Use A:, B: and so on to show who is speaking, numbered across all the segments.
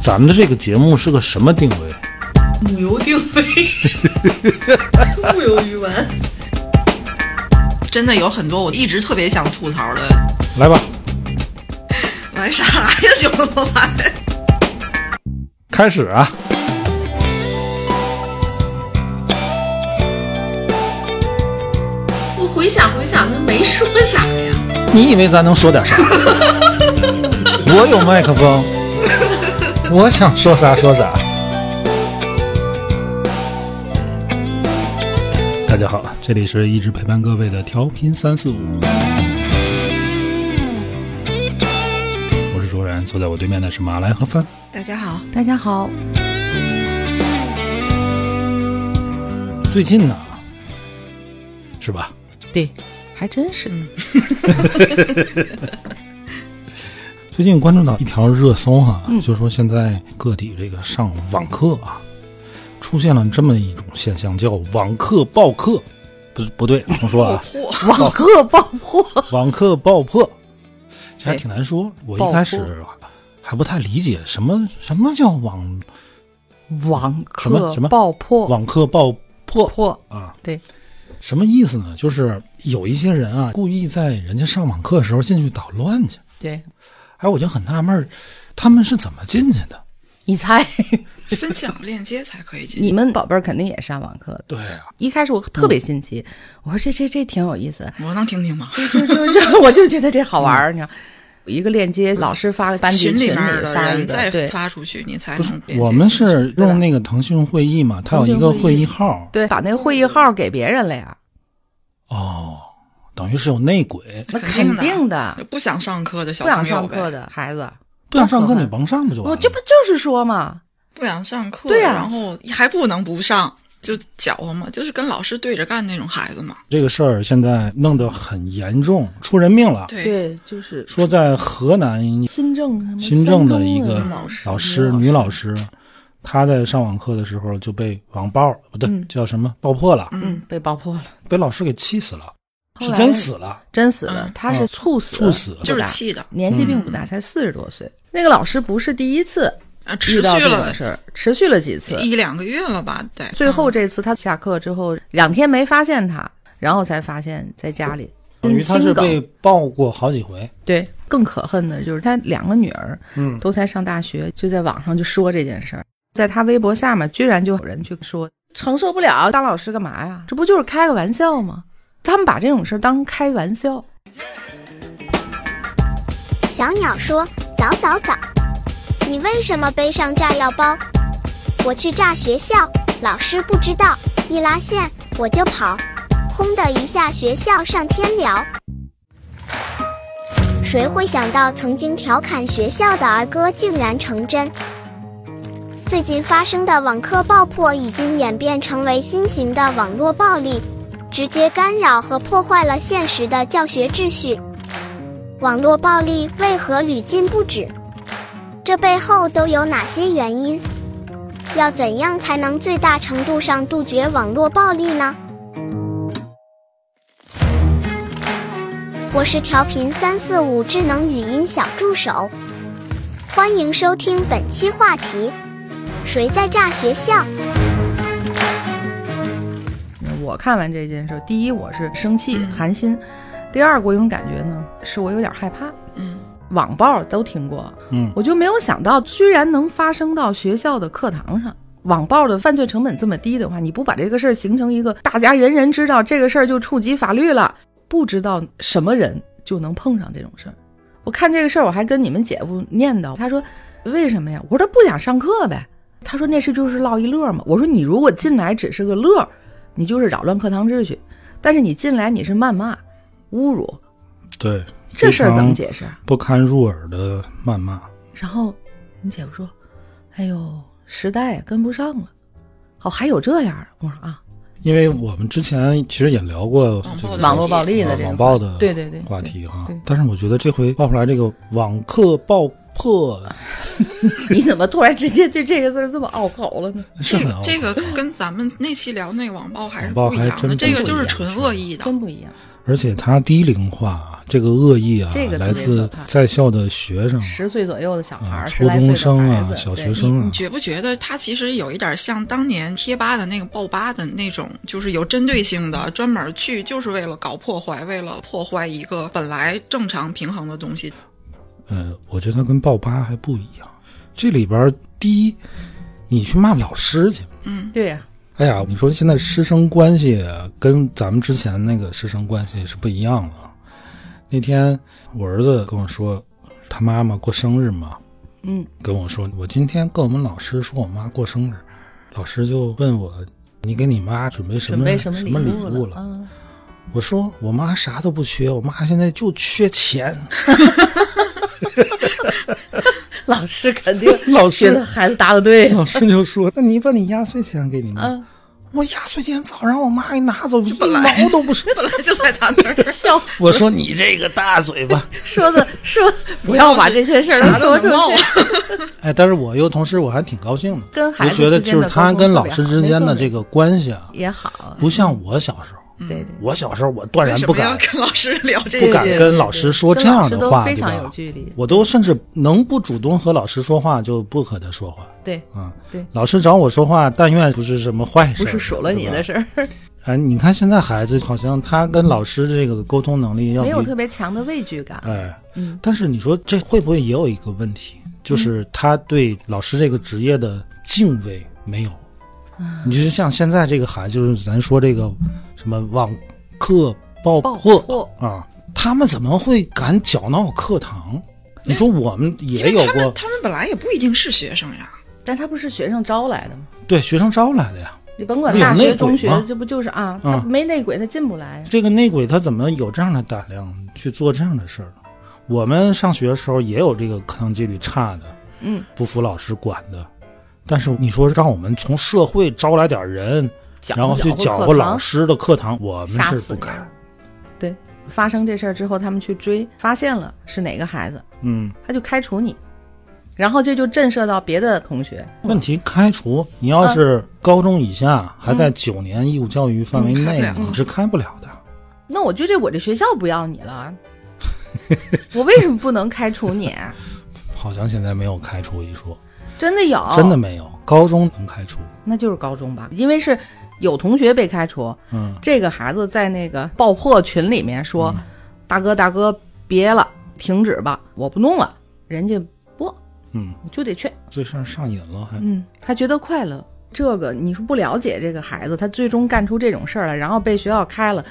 A: 咱们的这个节目是个什么定位？
B: 母油定位，木有鱼丸。真的有很多我一直特别想吐槽的，
A: 来吧，
B: 来啥呀，小老板？
A: 开始啊！
C: 我回想回想，就没说啥呀。
A: 你以为咱能说点啥？我有麦克风，我想说啥说啥。大家好，这里是一直陪伴各位的调频三四五，我是卓然，坐在我对面的是马来和帆。
B: 大家好，
D: 大家好，
A: 最近呢，是吧？
D: 对，还真是
A: 最近关注到一条热搜哈、就是说现在各地这个上网课啊，出现了这么一种现象，叫网课爆课，不是不对，重说啊，
B: 嚯，
D: 网课爆破，
A: 网课爆破，这还挺难说。我一开始还不太理解什么什么叫网
D: 网
A: 什么
D: 课
A: 什么
D: 爆破
A: 网课爆破
D: 破，
A: 啊，
D: 对，
A: 什么意思呢？就是有一些人啊，故意在人家上网课的时候进去捣乱去。
D: 对，
A: 哎，我就很纳闷儿，他们是怎么进去的？
D: 你猜，
B: 分享链接才可以进。
D: 你们宝贝儿肯定也上网课。
A: 对啊，
D: 一开始我特别新奇，我说这这这挺有意思，
B: 我能听听吗？
D: 就就 就我就觉得这好玩
A: 嗯
D: 儿，你知道。一个链接，老师发班级
B: 群
D: 里
B: 面的
D: 发一
B: 人
D: 个，
B: 再
D: 对
B: 发出去，你才
A: 不是
B: 能连接进去。
A: 我们是
D: 对吧
A: 用那个腾讯会议嘛，它有一个会议号
D: 对，把那个会议号给别人了呀，
A: 哦，等于是有内鬼，
D: 那
B: 肯
D: 肯定
B: 的，不想上课的小
D: 不
B: 朋友
D: 想上
B: 呗
D: 课，的孩子，
A: 不想上课
D: 那可
A: 你甭上不就完
D: 我
A: 了？
D: 这不就是说嘛，
B: 不想上课，
D: 对呀啊
B: 然后还不能不上，就搅和嘛，就是跟老师对着干那种孩子嘛。
A: 这个事儿现在弄得很严重，出人命了。
B: 对，
D: 对，就是
A: 说在河南
D: 新政什么
A: 新政的一个
D: 三中的
A: 老师，女老师，她在上网课的时候就被网暴，不对，叫什么爆破了，
D: 嗯，被爆破了，
A: 被老师给气死了，
D: 后
A: 是
D: 来
A: 真死了，哦
D: 真死了
B: 嗯，
D: 他是猝死，
A: 猝死嗯
B: 就是
D: 不大
B: 气的
D: 年纪并不大，才四十多岁。那个老师不是第一次
B: 啊，
D: 遇
B: 持
D: 到
B: 续
D: 这种
B: 了
D: 事儿，持续了几次。
B: 一两个月了吧？对，嗯
D: 最后这次他下课之后两天没发现他，然后才发现在家里。
A: 等于她
D: 心
A: 是被
D: 梗
A: 爆过好几回。
D: 对，更可恨的就是他两个女儿，
A: 嗯
D: 都才上大学，就在网上就说这件事儿，在他微博下面居然就有人去说承受不了，当老师干嘛呀？这不就是开个玩笑吗？他们把这种事儿当开玩笑，
E: 小鸟说：“早早早，你为什么背上炸药包？我去炸学校，老师不知道，一拉线我就跑，轰的一下学校上天了。”谁会想到，曾经调侃学校的儿歌竟然成真？最近发生的网课爆破已经演变成为新型的网络暴力，直接干扰和破坏了现实的教学秩序。网络暴力为何屡禁不止？这背后都有哪些原因？要怎样才能最大程度上杜绝网络暴力呢？我是调频三四五智能语音小助手，欢迎收听本期话题：谁在炸学校？
D: 我看完这件事儿，第一我是生气、
B: 嗯
D: 寒心；第二给我一种感觉呢，是我有点害怕。
B: 嗯，
D: 网暴都听过，
A: 嗯，
D: 我就没有想到居然能发生到学校的课堂上。网暴的犯罪成本这么低的话，你不把这个事儿形成一个大家人人知道这个事儿就触及法律了，不知道什么人就能碰上这种事儿。我看这个事儿，我还跟你们姐夫念叨，他说为什么呀？我说他不想上课呗。他说那是就是落一乐嘛。我说你如果进来只是个乐儿，你就是扰乱课堂秩序；但是你进来你是谩骂、侮辱，
A: 对，
D: 这事儿怎么
A: 非
D: 解释啊？
A: 常不堪入耳的谩骂。
D: 然后你姐夫说：“哎呦，时代跟不上了。”哦，还有这样儿？我说啊，
A: 因为我们之前其实也聊过这个呃
B: 网
D: 网络暴力的这
A: 嗯
D: 个
A: 网暴的
D: 对对对
A: 话题哈
D: 对对，
A: 但是我觉得这回爆出来这个网课爆破
D: 你怎么突然之间对这个字儿这么拗口了呢？
A: 是
B: 这
A: 很
B: 个
A: 拗口
B: 这个跟咱们那期聊那个网暴还是
A: 网暴
B: 不一样
A: 还真不
B: 的，这个
A: 一
B: 就是
A: 样
B: 纯恶意的。
D: 真不一样。
A: 而且它低龄化，这个恶意啊，
D: 这个特别
A: 来自
D: 可怕
A: 在校的学生、
D: 十岁左右的小孩
A: 啊、
D: 儿，
A: 嗯初中生啊、小学
D: 生。
A: 生啊
B: 你，觉不觉得它其实有一点像当年贴吧的那个爆吧的那种，就是有针对性的，专门去就是为了搞破坏，为了破坏一个本来正常平衡的东西。
A: 呃，我觉得跟爆吧还不一样。这里边儿第一，你去骂老师去。
D: 对呀、
A: 哎呀，你说现在师生关系跟咱们之前那个师生关系是不一样了啊。那天我儿子跟我说，他妈妈过生日嘛，
D: 嗯，
A: 跟我说我今天跟我们老师说我妈过生日，老师就问我你给你妈准备什
D: 准
A: 么
D: 备什
A: 什
D: 么
A: 礼
D: 物
A: 物
D: 了？嗯，
A: 我说我妈啥都不缺，我妈现在就缺 钱。
D: 老师肯定
A: 老师
D: 觉得孩子答的对。
A: 老师就说：“那你把你压岁钱给你妈。
D: 嗯，
A: 我压岁钱早让我妈给拿走，一毛 都不是。
B: 本来就在他那儿，
D: 笑
A: 我说你这个大嘴巴，
D: 说的说不要把这些事儿
B: 啥都
D: 说出
B: 能冒
D: 去。
A: 哎，但是我又同时我还挺高兴的，
D: 跟孩
A: 我
D: 子
A: 觉得就是他跟老师之间
D: 之间的沟通特别好
A: 的这个关系啊，
D: 也好，
A: 不像我小时候，
D: 对对，
A: 我小时候我断
B: 为
A: 然
B: 什
A: 不
B: 么要
A: 敢
B: 跟老师聊这
A: 不敢
B: 些？
A: 跟老师说这样的话，
D: 跟老师都非
A: 对
D: 常
A: 吧
D: 有距离
A: 我都甚至能不主动和老师说话就不和他说话
D: 对，
A: 啊。
D: 对
A: 老师找我说话，但愿不是什么坏事，
D: 不是数落你
A: 对
D: 的
A: 吧。
D: 事儿，
A: 哎，你看现在孩子好像他跟老师这个沟通能力要
D: 没有
A: 比
D: 特别强的畏惧感。
A: 哎，
B: 嗯
A: 但是你说这会不会也有一个问题，就是他对老师这个职业的敬畏没有？
B: 啊
A: 你就是像现在这个孩子，就是咱说这个什么网课爆破
D: 爆破
A: 啊，他们怎么会敢搅闹课堂？你说我们
B: 因
A: 也
B: 为
A: 有
B: 他
A: 过
B: 们他们本来也不一定是学生呀，
D: 但他不是学生招来的吗？
A: 对学生招来的呀，
D: 你甭管
A: 有
D: 大
A: 内
D: 学、
A: 鬼
D: 中学
A: 吗，
D: 这不就是啊？
A: 嗯
D: 他没内鬼，他进不来。
A: 这个内鬼他怎么有这样的胆量去做这样的事儿？我们上学的时候也有这个课堂纪律差的，
D: 嗯，
A: 不服老师管的。但是你说让我们从社会招来点人，
D: 搅
A: 然后去搅和老师的课堂，我们
D: 吓
A: 是不
D: 死你
A: 敢。
D: 对，发生这事儿之后，他们去追，发现了是哪个孩子，
A: 嗯，
D: 他就开除你，然后这就震慑到别的同学。
A: 问题开除，你要是高中以下还在九年义务教育范围内，
B: 嗯开不了
A: 你是开不了的。
D: 那我就这，我这学校不要你 了，啊我为什么不能开除你？啊
A: 好像现在没有开除一说，
D: 真的有，
A: 真的，没有。高中能开除，
D: 那就是高中吧，因为是有同学被开除，
A: 嗯，
D: 这个孩子在那个爆破群里面说：“大哥，大哥，别了，停止吧，我不弄了。”人家不，
A: 嗯，
D: 我就得去，
A: 这事儿上瘾了还。
D: 嗯，他觉得快乐。这个你说不了解这个孩子，他最终干出这种事儿来，然后被学校开了，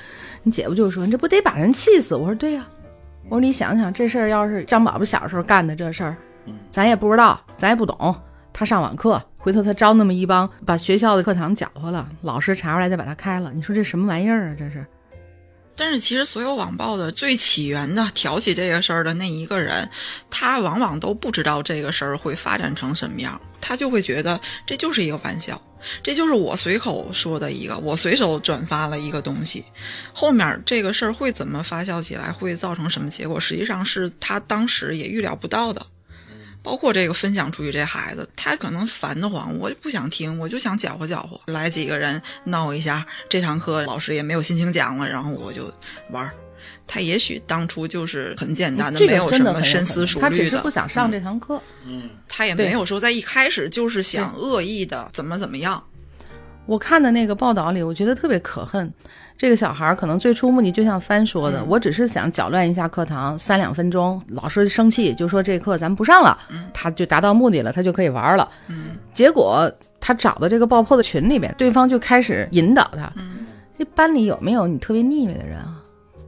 D: 你姐夫就说：“你这不得把人气死？”我说：“对呀、我说：“你想想，这事儿要是张宝宝小时候干的这事儿，咱也不知道，咱也不懂。他上网课，回头他招那么一帮把学校的课堂搅和了，老师查出来再把他开了，你说这什么玩意儿啊？这是。”
B: 但是其实所有网暴的最起源的挑起这个事儿的那一个人，他往往都不知道这个事儿会发展成什么样，他就会觉得这就是一个玩笑，这就是我随口说的一个，我随手转发了一个东西，后面这个事儿会怎么发酵起来，会造成什么结果，实际上是他当时也预料不到的。包括这个分享出去，这孩子他可能烦得慌，我就不想听，我就想搅和搅和，来几个人闹一下。这堂课老师也没有心情讲了，然后我就玩儿。他也许当初就是很简单的，
D: 这
B: 没
D: 个
B: 有
D: 真
B: 什
D: 的
B: 么
D: 很有
B: 深
D: 可
B: 思
D: 能
B: 熟
D: 他只
B: 虑
D: 是
B: 的，嗯
D: 不想上这堂课。
B: 他也
D: 对
B: 没有说在一开始就是想恶意的怎么怎么样。
D: 我看的那个报道里，我觉得特别可恨。这个小孩儿可能最初目的就像帆说的，我只是想搅乱一下课堂，三两分钟，老师生气就说这课咱不上了，他就达到目的了，他就可以玩儿了。结果他找到这个爆破的群里面，对方就开始引导他。这班里有没有你特别腻歪的人啊？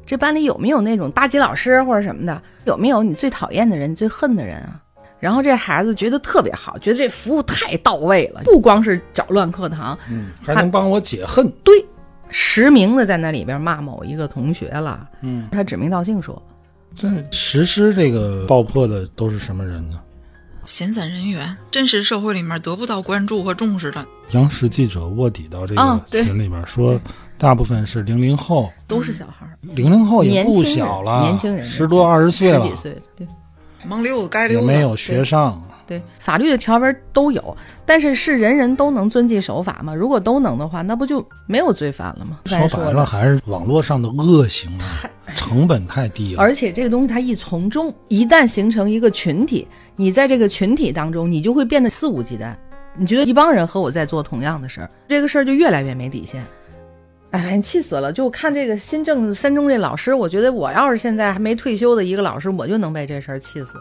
D: 这班里有没有那种八级老师或者什么的？有没有你最讨厌的人、你最恨的人啊？然后这孩子觉得特别好，觉得这服务太到位了，不光是搅乱课堂，
A: 嗯，还能帮我解恨。
D: 对，实名的在那里边骂某一个同学了，
A: 嗯，
D: 他指名道姓说，
A: 这实施这个爆破的都是什么人呢？
B: 闲散人员，真实社会里面得不到关注和重视的，
A: 央视记者卧底到这
D: 啊
A: 个
D: 对
A: 群里边说，大部分是零零后，
D: 都是小孩儿，
A: 零零后也不
D: 年轻人
A: 小了，
D: 年轻人
A: 十多二十岁
D: 十
A: 嗯了
D: 几，岁，对，
B: 蒙溜子该
A: 也
B: 溜
A: 没
B: 的。
A: 有学上，
D: 对，法律的条文都有，但是是人人都能遵纪守法吗？如果都能的话，那不就没有罪犯了吗？
A: 说白了，还是网络上的恶行啊，成本太低了。
D: 而且这个东西它一从众，一旦形成一个群体，你在这个群体当中，你就会变得肆无忌惮。你觉得一帮人和我在做同样的事儿，这个事儿就越来越没底线。哎，气死了！就我看这个新政三中这老师，我觉得我要是现在还没退休的一个老师，我就能被这事儿气死。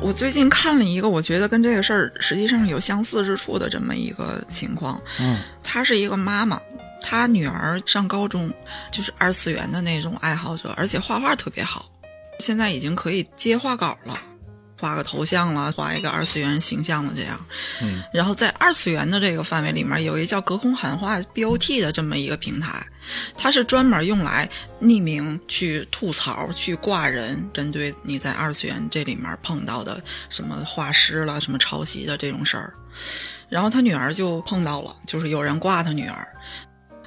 B: 我最近看了一个，我觉得跟这个事儿实际上有相似之处的这么一个情况。
A: 嗯，
B: 她是一个妈妈，她女儿上高中，就是二次元的那种爱好者，而且画画特别好，现在已经可以接画稿了，画个头像了，画一个二次元形象了这样。
A: 嗯，
B: 然后在二次元的这个范围里面，有一个叫隔空喊话 BOT 的这么一个平台，它是专门用来匿名去吐槽、去挂人，针对你在二次元这里面碰到的什么画师了、什么抄袭的这种事儿。然后他女儿就碰到了，就是有人挂他女儿，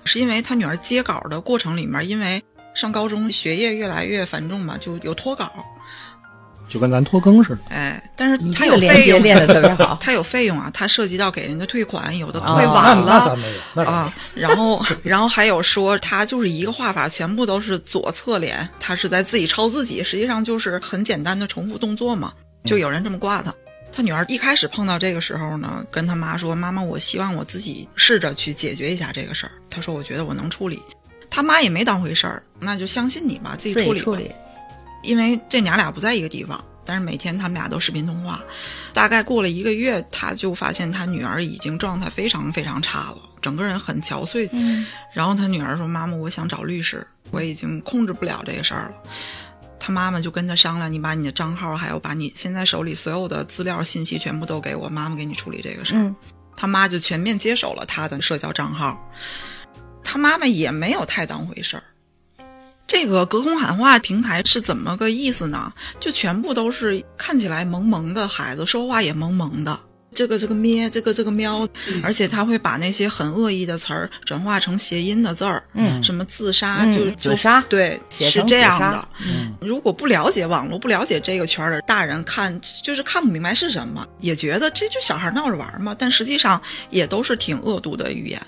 B: 是因为他女儿接稿的过程里面，因为上高中学业越来越繁重嘛，就有脱稿，
A: 就跟咱拖更似的。
B: 哎，但是
D: 你
B: 他
D: 这
B: 有
D: 个
B: 费
D: 连接
B: 用，
D: 练得特别好
B: 他有费用啊，他涉及到给人家退款，有的退
D: 啊
A: 那
B: 晚了，
A: 那咱没有，那咱没有
B: 啊， 然后然后还有说他就是一个画法，全部都是左侧脸，他是在自己抄自己，实际上就是很简单的重复动作嘛。就有人这么挂他。他女儿一开始碰到这个时候呢，跟他妈说：“妈妈，我希望我自己试着去解决一下这个事儿。”他说：“我觉得我能处理。”他妈也没当回事儿，那就相信你吧，自己处
D: 自己
B: 理
D: 处
B: 吧。
D: 理，
B: 因为这娘俩不在一个地方，但是每天他们俩都视频通话。大概过了一个月，他就发现他女儿已经状态非常非常差了，整个人很憔悴。然后他女儿说：“妈妈，我想找律师，我已经控制不了这个事儿了。”他妈妈就跟他商量：“你把你的账号，还有把你现在手里所有的资料信息全部都给我，妈妈给你处理这个事儿。
D: 嗯
B: 他妈就全面接手了他的社交账号，他妈妈也没有太当回事儿。这个隔空喊话平台是怎么个意思呢？就全部都是看起来萌萌的孩子，说话也萌萌的，这个这个咩，这个这个喵，而且他会把那些很恶意的词儿转化成谐音的字儿，
D: 嗯
B: 什么自杀、
D: 嗯
B: 就
D: 自杀
B: 对，
D: 写
B: 是
D: 成
B: 这
D: 自
B: 样
D: 杀
B: 的。如果不了解网络，不了解这个圈儿的大人看，就是看不明白是什么，也觉得这就小孩闹着玩儿嘛。但实际上也都是挺恶毒的语言，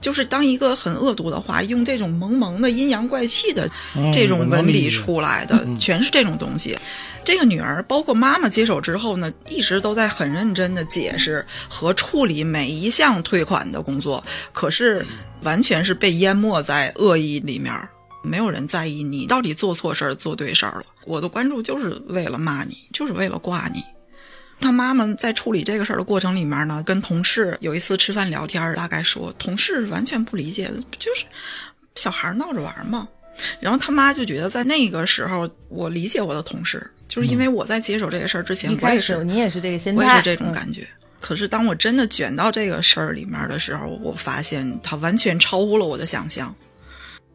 B: 就是当一个很恶毒的话，用这种萌萌的阴阳怪气的这种文笔出来的，全是这种东西。这个女儿，包括妈妈接手之后呢，一直都在很认真的解释和处理每一项退款的工作，可是完全是被淹没在恶意里面儿，没有人在意你到底做错事儿、做对事儿了。我的关注就是为了骂你，就是为了挂你。他妈妈在处理这个事儿的过程里面呢，跟同事有一次吃饭聊天儿，大概说同事完全不理解，就是小孩儿闹着玩儿嘛。然后他妈就觉得在那个时候，我理解我的同事，就是因为我在接手这个事儿之前
D: 一，
B: 我
D: 开
B: 也
D: 始
B: 是
D: 嗯你也是这个心
B: 我
D: 态，
B: 也是这种
D: 嗯
B: 感觉。可是当我真的卷到这个事儿里面的时候，我发现它完全超乎了我的想象。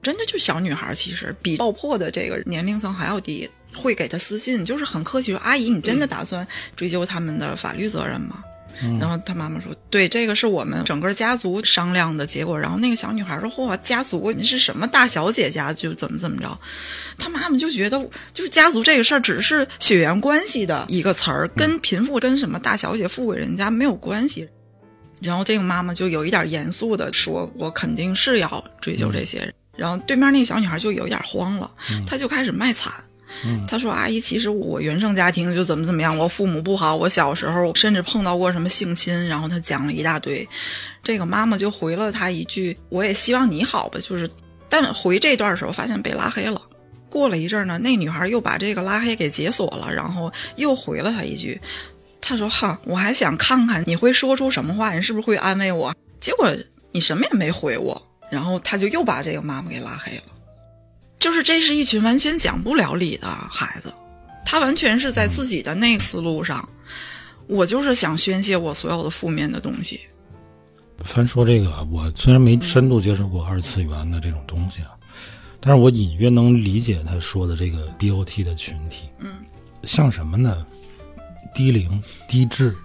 B: 真的就小女孩，其实比爆破的这个年龄层还要低，会给她私信，就是很客气说：“阿姨，你真的
D: 嗯
B: 打算追究他们的法律责任吗？”然后她妈妈说：“对，这个是我们整个家族商量的结果。”然后那个小女孩说：“嚯，家族你是什么大小姐家，就怎么怎么着。”她妈妈就觉得，就是家族这个事儿只是血缘关系的一个词儿，跟贫富、跟什么大小姐、富贵人家没有关系。然后这个妈妈就有一点严肃的说：“我肯定是要追究这些人。然后对面那个小女孩就有一点慌了，她就开始卖惨。
A: 嗯
B: 她说：“阿姨，其实我原生家庭就怎么怎么样，我父母不好，我小时候甚至碰到过什么性侵。”然后她讲了一大堆。这个妈妈就回了她一句：“我也希望你好吧。”就是，但回这段的时候发现被拉黑了。过了一阵儿呢，那女孩又把这个拉黑给解锁了，然后又回了他一句，他说：“哈，我还想看看你会说出什么话，你是不是会安慰我？”结果你什么也没回我，然后他就又把这个妈妈给拉黑了。就是这是一群完全讲不了理的孩子，他完全是在自己的那个思路上，我就是想宣泄我所有的负面的东西。
A: 凡说这个，我虽然没深度接触过二次元的这种东西啊，但是我隐约能理解他说的这个 BOT 的群体，
B: 嗯，
A: 像什么呢？低龄、低智，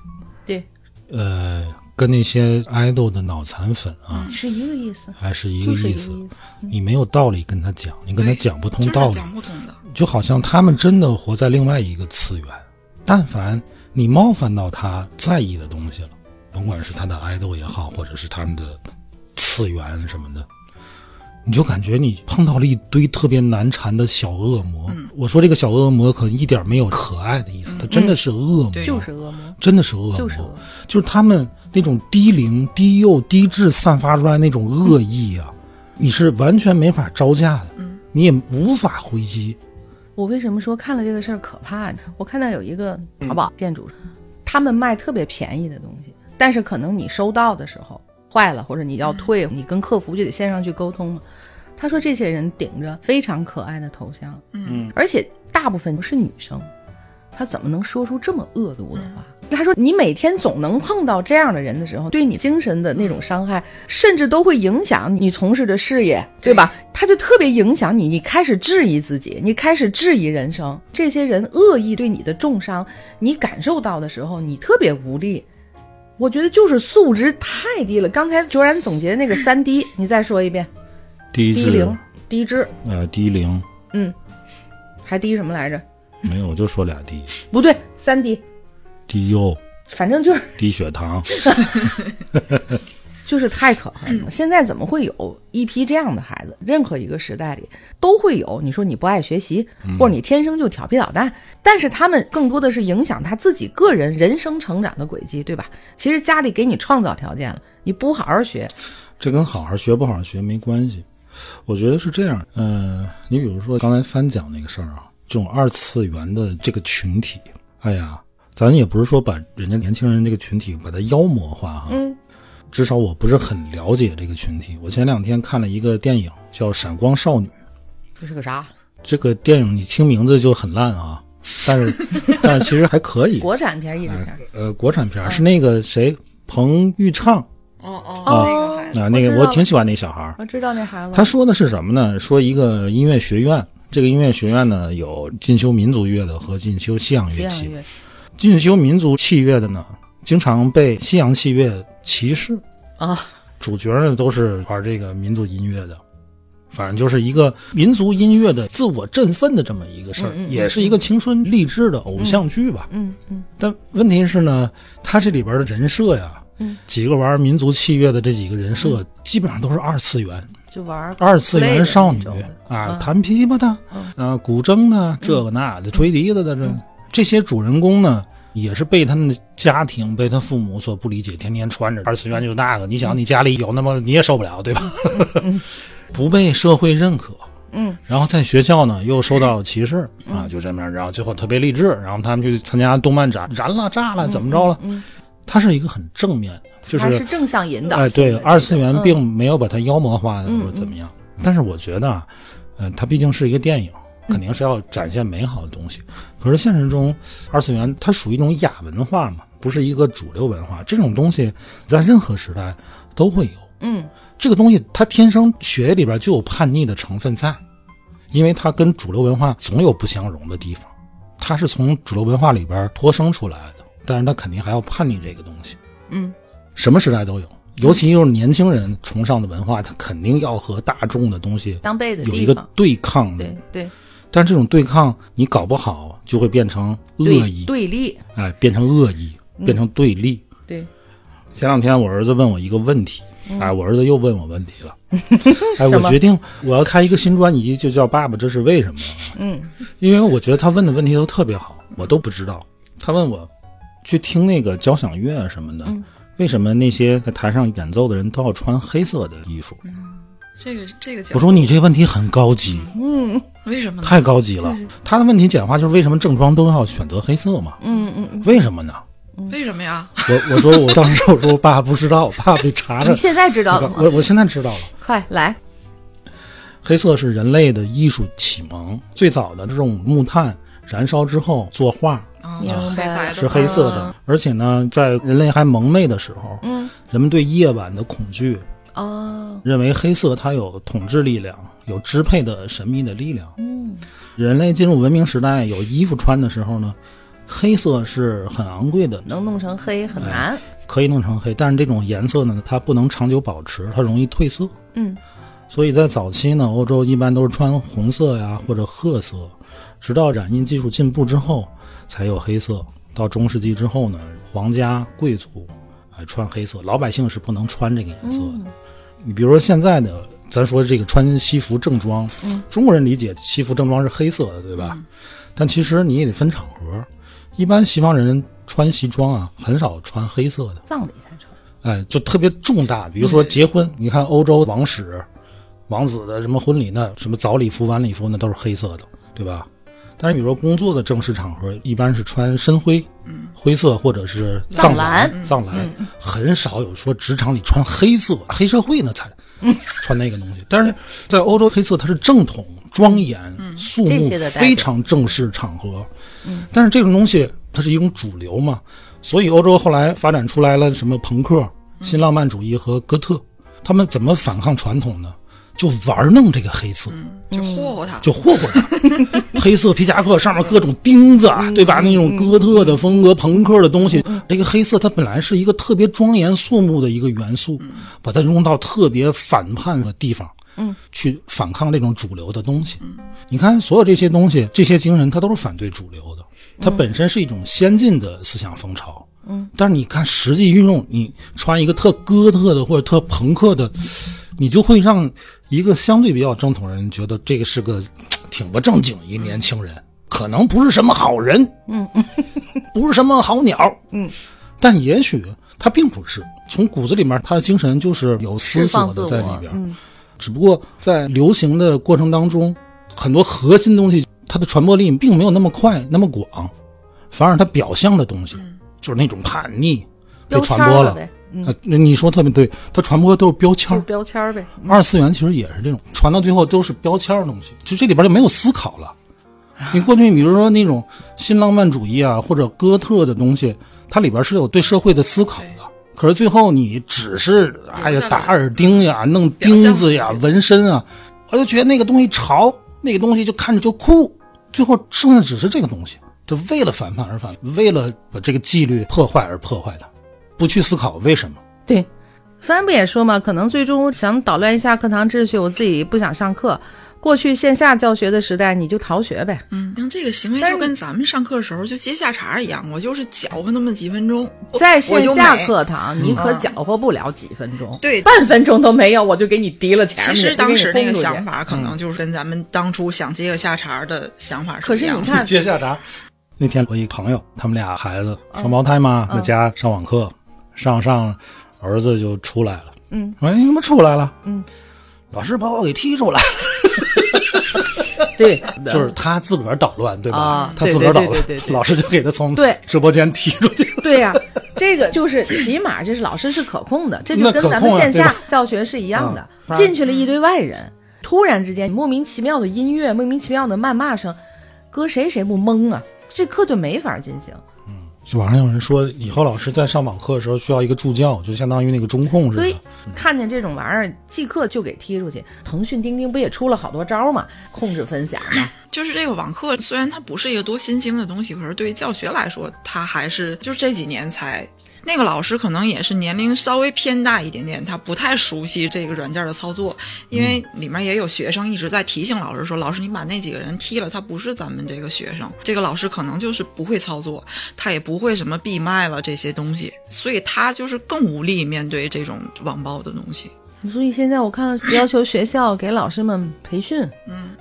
D: 对
A: 呃，跟那些爱豆的脑残粉啊，
D: 是一个意思，
A: 还是一个
D: 嗯就是一
A: 意
D: 个
A: 思。
D: 意思。
A: 你没有道理跟他讲，你跟他讲不通
B: 真
A: 道
B: 是
A: 理，
B: 讲不通的。
A: 就好像他们真的活在另外一个次元。但凡你冒犯到他在意的东西了，甭管是他的爱豆也好，或者是他们的次元什么的，你就感觉你碰到了一堆特别难缠的小恶魔。
D: 嗯
A: 我说这个小恶魔可一点没有可爱的意思，他真的是恶魔，
B: 对
D: 就是恶魔，
A: 真的是恶魔，
D: 嗯就是恶魔
A: 就是他们那种低龄、低幼、低智散发出来那种恶意啊，你是完全没法招架的，
D: 嗯
A: 你也无法回击。
D: 我为什么说看了这个事儿可怕呢？我看到有一个淘宝店主，他们卖特别便宜的东西，但是可能你收到的时候坏了，或者你要退，你跟客服就得线上去沟通嘛。他说这些人顶着非常可爱的头像，嗯，而且大部分是女生，他怎么能说出这么恶毒的话？他说：“你每天总能碰到这样的人的时候，对你精神的那种伤害，甚至都会影响你从事的事业，对吧？他就特别影响你，你开始质疑自己，你开始质疑人生。这些人恶意对你的重伤，你感受到的时候，你特别无力。我觉得就是素质太低了。刚才卓然总结那个三低，你再说一遍：
A: 低
D: 低龄、低智，
A: 呃，低龄
D: 还低什么来着？
A: 没有，我就说俩低，
D: 不对，三低，
A: 低幼、
D: 反正就是
A: 低血糖。
D: 就是太可恨了。现在怎么会有一批这样的孩子？任何一个时代里都会有。你说你不爱学习，
A: 嗯
D: 或者你天生就调皮捣蛋，但是他们更多的是影响他自己个人人生成长的轨迹，对吧？其实家里给你创造条件了，你不好好学，
A: 这跟好好学不好好学没关系。我觉得是这样，嗯、你比如说刚才三讲那个事儿啊，这种二次元的这个群体，哎呀，咱也不是说把人家年轻人这个群体把它妖魔化哈，
D: 嗯，
A: 至少我不是很了解这个群体。我前两天看了一个电影叫《闪光少女》，
D: 这是个啥？
A: 这个电影你听名字就很烂啊，但是但是其实还可以，
D: 国产片、译制片。嗯
A: 呃，国产片儿是那个谁彭昱畅
B: 哦哦，
D: 哦
B: 那个孩子
A: 啊、那个
D: 我知
A: 我
D: 道嗯
A: 挺喜欢那小孩儿。
D: 我啊知道那孩子，
A: 他说的是什么呢？说一个音乐学院，这个音乐学院呢有进修民族乐的和进修西洋
D: 西
A: 乐
D: 洋
A: 器。
D: 乐
A: 进修民族器乐的呢，经常被西洋器乐歧视。
D: 啊，
A: 主角呢都是玩这个民族音乐的，反正就是一个民族音乐的自我振奋的这么一个事儿，
D: 嗯嗯嗯
A: 也是一个青春励志的偶像剧吧。
D: 嗯嗯，
A: 但问题是呢，他这里边的人设呀，
D: 嗯
A: 几个玩民族器乐的这几个人设，基本上都是二次元。
D: 就玩儿
A: 二次元少女
D: play 的那种
A: 啊
D: 嗯，
A: 弹琵琶的
D: 嗯，
A: 啊，古筝的，这个那的，吹笛子的，这这些主人公呢，也是被他们的家庭、被他父母所不理解，天天穿着二次元就那个，你
D: 嗯
A: 想你家里有那么你也受不了，对吧？ 不被社会认可。
D: 嗯，
A: 然后在学校呢又受到歧视啊，就这么样，然后最后特别励志，然后他们去参加动漫展，燃了炸
D: 嗯
A: 了，怎么着了？它是一个很正面的，就
D: 还
A: 是
D: 是正向引导性
A: 哎，
D: 的这
A: 对
D: 种。，
A: 二次元
D: 嗯
A: 并没有把它妖魔化或者怎么样。但是我觉得，啊，呃，它毕竟是一个电影，
D: 嗯
A: 肯定是要展现美好的东西。可是现实中，二次元它属于一种亚文化嘛，不是一个主流文化。这种东西在任何时代都会有。
D: 嗯，
A: 这个东西它天生血液里边就有叛逆的成分在，因为它跟主流文化总有不相容的地方，它是从主流文化里边脱生出来的，但是它肯定还要叛逆这个东西。
D: 嗯，
A: 什么时代都有，尤其就是年轻人崇尚的文化，它肯定要和大众的东西
D: 当被的
A: 有一
D: 地
A: 个嗯
D: 方，
A: 对抗的
D: 对，对
A: 但这种对抗你搞不好就会变成恶
D: 对
A: 意，
D: 对嗯立，
A: 哎，变成恶意，变成对立。
D: 对
A: 前两天我儿子问我一个问题，哎，我儿子又问我问题 了，哎，
D: 嗯什
A: 我
D: 么
A: 决定我要开一个新专辑，就叫《爸爸这是为什么》。
D: 嗯，
A: 因为我觉得他问的问题都特别好，我都不知道。他问我去听那个交响乐什么的，
D: 嗯
A: 为什么那些在台上演奏的人都要穿黑色的衣服？
D: 嗯
B: 这个这个角
A: 哦我说你这问题很高级，
D: 嗯
B: 为什么呢？
A: 太高级了。他的问题简化就是为什么正装都要选择黑色嘛？
D: 嗯嗯。
A: 为什么呢？
B: 为什么呀？
A: 我我说我当时我说我爸不知道，爸得查查
D: 你。现在知道了吗？
A: 我我现在知道了。
D: 快来，
A: 黑色是人类的艺术启蒙，最早的这种木炭燃烧之后作画
B: 啊，
D: 明
B: 就
D: 白
B: 是黑白的，
A: 是黑色的，而且呢，在人类还蒙昧的时候，嗯，人们对夜晚的恐惧，
D: 哦，
A: 认为黑色它有统治力量，有支配的神秘的力量。嗯，人类进入文明时代有衣服穿的时候呢，黑色是很昂贵的，
D: 能弄成黑
A: 哎
D: 很难。
A: 可以弄成黑，但是这种颜色呢，它不能长久保持，它容易褪色。
D: 嗯，
A: 所以在早期呢，欧洲一般都是穿红色呀或者褐色，直到染印技术进步之后才有黑色。到中世纪之后呢，皇家贵族哎穿黑色，老百姓是不能穿这个颜色的。你比如说现在的，咱说这个穿西服正装，中国人理解西服正装是黑色的，对吧？但其实你也得分场合，一般西方人穿西装啊，很少穿黑色的。
D: 葬礼才穿。
A: 哎，就特别重大，比如说结婚，你看欧洲王室、王子的什么婚礼那什么早礼服、晚礼服，那都是黑色的，对吧？但是比如说工作的正式场合，一般是穿深灰、灰色或者是嗯藏蓝、嗯藏蓝，很少有说职场里穿黑色，黑社会那才穿那个东西。但是在欧洲，黑色它是正统、庄严、肃
D: 这
A: 穆
D: 些的，代表嗯
A: 非常正式场合。但是这种东西它是一种主流嘛，所以欧洲后来发展出来了什么朋克、
D: 嗯
A: 新浪漫主义和哥特，他们怎么反抗传统呢？就玩弄这个黑色，
D: 嗯
B: 就霍霍他。
A: 就霍霍它。黑色皮夹克上面各种钉子啊，对吧？那种哥特的风格、朋克的东西，这个黑色它本来是一个特别庄严肃穆的一个元素，把它用到特别反叛的地方。嗯，去反抗这种主流的东西。你看，所有这些东西，这些精神，它都是反对主流的。它本身是一种先进的思想风潮。嗯，但是你看实际运用，你穿一个特哥特的或者特朋克的，你就会让一个相对比较正统的人觉得这个是个挺不正经一年轻人，可能不是什么好人，嗯，不是什么好鸟，嗯，但也许他并不是，从骨子里面他的精神就是有思索的在里
D: 释
A: 边，
D: 放自我嗯
A: 只不过在流行的过程当中，很多核心东西它的传播力并没有那么快那么广，反而它表象的东西、就是那种叛逆被
D: 嗯标签
A: 传
D: 儿
A: 播
D: 了
A: 了。
D: 呗嗯
A: 呃那你说特别对，它传播都是标签
D: 就
A: 儿
D: 是。标签儿呗。
A: 二次元其实也是这种，传到最后都是标签儿的东西，就这里边就没有思考了。你过去，比如说那种新浪漫主义啊，或者哥特的东西，它里边是有对社会的思考的。可是最后你只是哎
B: 留
A: 呀
B: 下来
A: 打耳钉呀、弄钉子呀、纹身啊，我就觉得那个东西潮，那个东西就看着就酷。最后剩下只是这个东西，就为了反叛而反叛，为了把这个纪律破坏而破坏它，不去思考为什么。
D: 对，帆不也说嘛，可能最终想捣乱一下课堂秩序，我自己不想上课。过去线下教学的时代，你就逃学呗。
B: 嗯，像这个行为
D: 但是
B: 就跟咱们上课的时候就接下茬儿一样，我就是搅和那么几分钟，我
D: 在线下。
B: 我就没嗯
D: 课
A: 嗯
D: 堂，你可搅和不了几分钟，
B: 对
D: 半分钟都没有，我就给你提了前
B: 其
D: 面。
B: 实当时那个想
D: 法，
B: 法，可能就是跟咱们当初想接个下茬儿的想法
D: 可
B: 一
D: 是
B: 样
D: 你
B: 的。
D: 看，
A: 接下茬。那天我一朋友，他们俩孩子
D: 嗯
A: 双胞胎嘛，在家上网课，上上儿子就出来了。
D: 嗯，
A: 哎，你怎么出来了？
D: 嗯，
A: 老师把我给踢出来，
D: 对，
A: 就是他自个儿捣乱，对吧？
D: 啊
A: 他自个儿捣乱，
D: 对对对对对对
A: 老师就给他从
D: 对
A: 直播间踢出去。
D: 对呀、这个就是起码这是老师是可控的，这就
A: 那
D: 跟
A: 可
D: 咱们
A: 控啊
D: 线
A: 对
D: 下
A: 吧
D: 教学是一样的
A: 嗯。不然
D: 进去了一堆外人，突然之间莫名其妙的音乐，莫名其妙的谩骂声，搁谁谁不懵啊？这课就没法进行。
A: 就网上有人说，以后老师在上网课的时候需要一个助教，就相当于那个中控似
D: 对
A: 的。，
D: 看见这种玩意儿即刻就给踢出去。腾讯、钉钉不也出了好多招儿嘛，控制分享嘛。
B: 就是这个网课，虽然它不是一个多新兴的东西，可是对于教学来说，它还是就是这几年才。那个老师可能也是年龄稍微偏大一点点，他不太熟悉这个软件的操作，因为里面也有学生一直在提醒老师说：“老师，你把那几个人踢了，他不是咱们这个学生。”这个老师可能就是不会操作，他也不会什么闭麦了这些东西，所以他就是更无力面对这种网暴的东西。
D: 所以现在我看要求学校给老师们培训，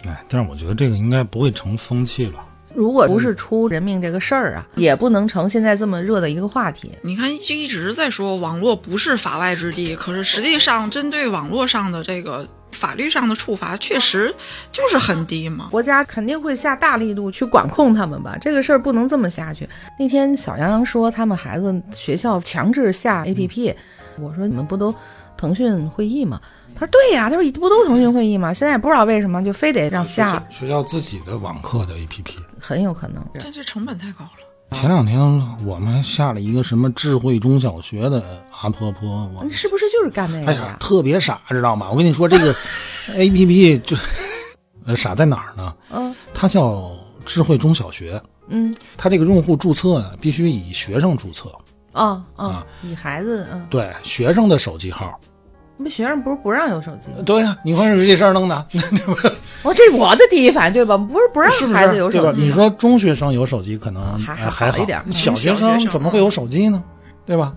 A: 哎，但是我觉得这个应该不会成风气了。
D: 如果不是出人命这个事儿啊，也不能成现在这么热的一个话题。
B: 你看，就一直在说网络不是法外之地，可是实际上针对网络上的这个法律上的处罚，确实就是很低嘛。
D: 国家肯定会下大力度去管控他们吧，这个事儿不能这么下去。那天小杨洋说他们孩子学校强制下 APP，、我说你们不都腾讯会议吗？他说对呀、他说不都腾讯会议吗？现在也不知道为什么就非得让下，
A: 学校自己的网课的 APP。
D: 很有可能是
B: 但这成本太高了，
A: 前两天我们还下了一个什么智慧中小学的阿婆婆，我
D: 是不是就是干那
A: 哎
D: 个
A: 呀
D: 呀，？
A: 特别傻，知道吗？我跟 你说，这个 A P P 就是呃傻在哪儿呢？
D: 嗯，
A: 它叫智慧中小学，
D: 嗯，
A: 它这个用户注册啊，必须以学生注册，
D: 哦哦
A: 啊，
D: 以孩子，嗯，
A: 对学生的手机号。
D: 那学生不是不让有手机吗？
A: 对呀、啊你看是这事儿弄的，
D: 哦，这我的第一反应对吧？不是不让
A: 是不
D: 孩子
A: 是？
D: 有
A: 对吧嗯
D: 手？机，
A: 你说中学生有手机可能
D: 啊还
A: 哎
D: 还
A: 还
D: 好一点儿嗯
A: 小学
B: 小学
A: 生
B: 生
A: 怎么会有手机呢？对吧？